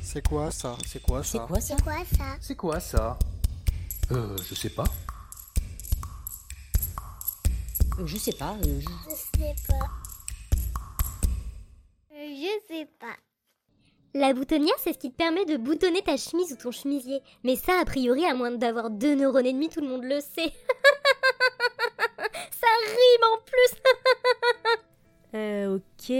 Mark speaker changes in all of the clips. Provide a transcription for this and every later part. Speaker 1: C'est quoi ça C'est quoi
Speaker 2: C'est
Speaker 1: ça
Speaker 2: quoi ça
Speaker 3: C'est quoi ça
Speaker 4: C'est quoi ça Euh, je sais pas.
Speaker 2: Je sais pas. euh, je-
Speaker 3: Je sais pas. Euh, Je sais pas.
Speaker 5: La boutonnière, c'est ce qui te permet de boutonner ta chemise ou ton chemisier. Mais ça, a priori, à moins d'avoir deux neurones et demi, tout le monde le sait. ça rime en plus
Speaker 6: Euh, ok,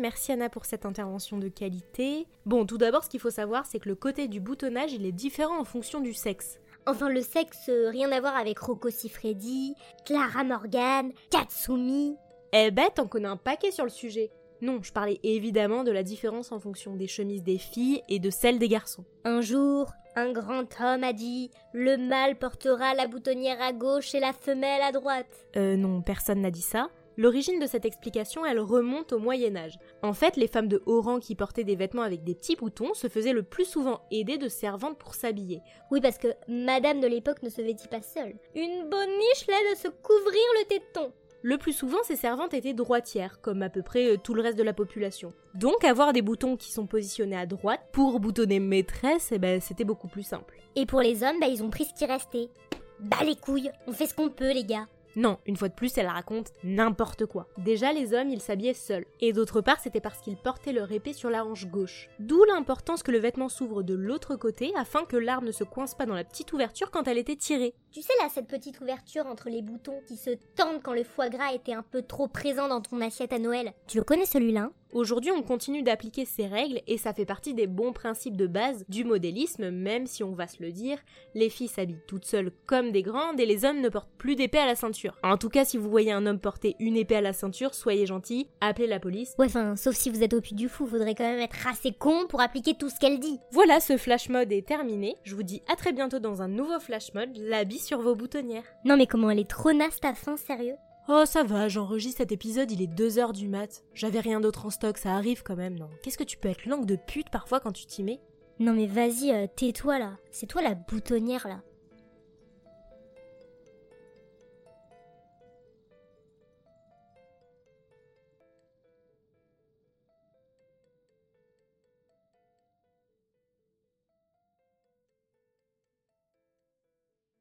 Speaker 6: merci Anna pour cette intervention de qualité. Bon, tout d'abord, ce qu'il faut savoir, c'est que le côté du boutonnage, il est différent en fonction du sexe.
Speaker 5: Enfin, le sexe, euh, rien à voir avec Rocco Siffredi, Clara Morgan, Katsumi.
Speaker 6: Eh ben, t'en connais un paquet sur le sujet. Non, je parlais évidemment de la différence en fonction des chemises des filles et de celles des garçons.
Speaker 5: Un jour, un grand homme a dit Le mâle portera la boutonnière à gauche et la femelle à droite.
Speaker 6: Euh, non, personne n'a dit ça. L'origine de cette explication, elle remonte au Moyen Âge. En fait, les femmes de haut rang qui portaient des vêtements avec des petits boutons se faisaient le plus souvent aider de servantes pour s'habiller.
Speaker 5: Oui, parce que madame de l'époque ne se vêtit pas seule. Une boniche là de se couvrir le téton.
Speaker 6: Le plus souvent, ces servantes étaient droitières, comme à peu près euh, tout le reste de la population. Donc, avoir des boutons qui sont positionnés à droite pour boutonner maîtresse, eh ben, c'était beaucoup plus simple.
Speaker 5: Et pour les hommes, bah, ils ont pris ce qui restait. Bah les couilles, on fait ce qu'on peut les gars.
Speaker 6: Non, une fois de plus, elle raconte n'importe quoi. Déjà, les hommes, ils s'habillaient seuls. Et d'autre part, c'était parce qu'ils portaient leur épée sur la hanche gauche. D'où l'importance que le vêtement s'ouvre de l'autre côté afin que l'arme ne se coince pas dans la petite ouverture quand elle était tirée.
Speaker 5: Tu sais là, cette petite ouverture entre les boutons qui se tendent quand le foie gras était un peu trop présent dans ton assiette à Noël. Tu le connais celui-là hein
Speaker 6: Aujourd'hui, on continue d'appliquer ces règles et ça fait partie des bons principes de base du modélisme, même si on va se le dire, les filles s'habillent toutes seules comme des grandes et les hommes ne portent plus d'épée à la ceinture. En tout cas, si vous voyez un homme porter une épée à la ceinture, soyez gentil, appelez la police.
Speaker 5: Ouais, enfin, sauf si vous êtes au puits du fou, faudrait quand même être assez con pour appliquer tout ce qu'elle dit.
Speaker 6: Voilà, ce flash mode est terminé. Je vous dis à très bientôt dans un nouveau flash mode, l'habit sur vos boutonnières.
Speaker 5: Non mais comment elle est trop naze ta fin, sérieux
Speaker 6: Oh, ça va, j'enregistre cet épisode, il est 2h du mat. J'avais rien d'autre en stock, ça arrive quand même, non Qu'est-ce que tu peux être langue de pute parfois quand tu t'y mets
Speaker 5: Non mais vas-y, euh, tais-toi là. C'est toi la boutonnière là.